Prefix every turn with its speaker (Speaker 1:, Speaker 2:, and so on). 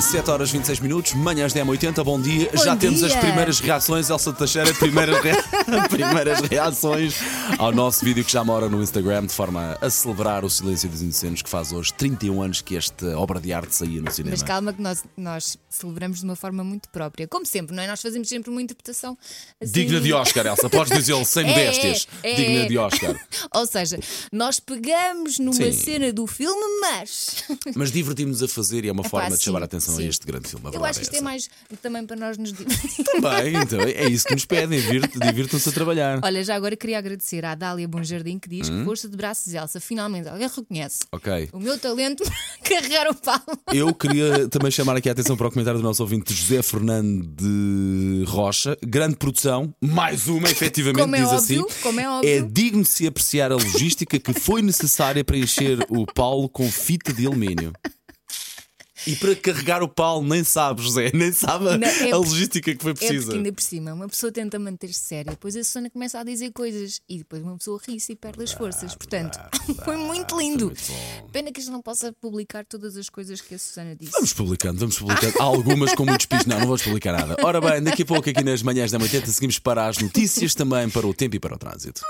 Speaker 1: 7 horas 26 minutos, manhãs de M80, bom dia. Já
Speaker 2: Bom
Speaker 1: temos as
Speaker 2: dia.
Speaker 1: primeiras reações, Elsa Teixeira, primeiras, rea- primeiras reações ao nosso vídeo que já mora no Instagram, de forma a celebrar o Silêncio dos Inocentes, que faz hoje 31 anos que esta obra de arte saía no cinema.
Speaker 2: Mas calma que nós, nós celebramos de uma forma muito própria. Como sempre, não é? Nós fazemos sempre uma interpretação assim-
Speaker 1: Digna de Oscar, Elsa, podes dizê-lo sem
Speaker 2: É,
Speaker 1: modéstias.
Speaker 2: é, é.
Speaker 1: Digna de Oscar.
Speaker 2: Ou seja, nós pegamos numa
Speaker 1: Sim.
Speaker 2: cena do filme, mas.
Speaker 1: Mas divertimos-nos a fazer e é uma
Speaker 2: Epá,
Speaker 1: forma de
Speaker 2: sim,
Speaker 1: chamar a atenção a
Speaker 2: sim.
Speaker 1: este grande filme. A
Speaker 2: Eu
Speaker 1: verdade
Speaker 2: acho que isto é
Speaker 1: essa.
Speaker 2: mais também para nós nos divertirmos.
Speaker 1: Bem, então é isso que nos pedem, vir- divirtam-se a trabalhar.
Speaker 2: Olha, já agora queria agradecer à Dália Bonjardim que diz
Speaker 1: Hum?
Speaker 2: que força de braços, Elsa. Finalmente alguém reconhece
Speaker 1: Ok.
Speaker 2: o meu talento carregar o É pau.
Speaker 1: Eu queria também chamar aqui a atenção para o comentário do nosso ouvinte José Fernando de Rocha. Grande produção, mais uma, efetivamente,
Speaker 2: Como é
Speaker 1: diz
Speaker 2: óbvio,
Speaker 1: assim.
Speaker 2: como é óbvio.
Speaker 1: digno de se apreciar a logística que foi necessária para encher o Paulo com fita de alumínio. E para carregar o Paulo, nem sabe, José, nem sabe a-
Speaker 2: Não, é
Speaker 1: a
Speaker 2: por-
Speaker 1: logística que foi
Speaker 2: É
Speaker 1: precisa.
Speaker 2: porque ainda por cima uma pessoa tenta manter-se séria, depois a Susana começa a dizer coisas e depois uma pessoa ri-se e perde as forças. Portanto, foi muito lindo.
Speaker 1: foi muito
Speaker 2: Pena que a gente não possa publicar todas as coisas que a Susana disse.
Speaker 1: Vamos publicando, vamos publicando. Há algumas com muitos pisos. Não, não vamos publicar nada. Ora bem, daqui a pouco, aqui nas manhãs da 80, seguimos para as notícias também, para o tempo e para o trânsito.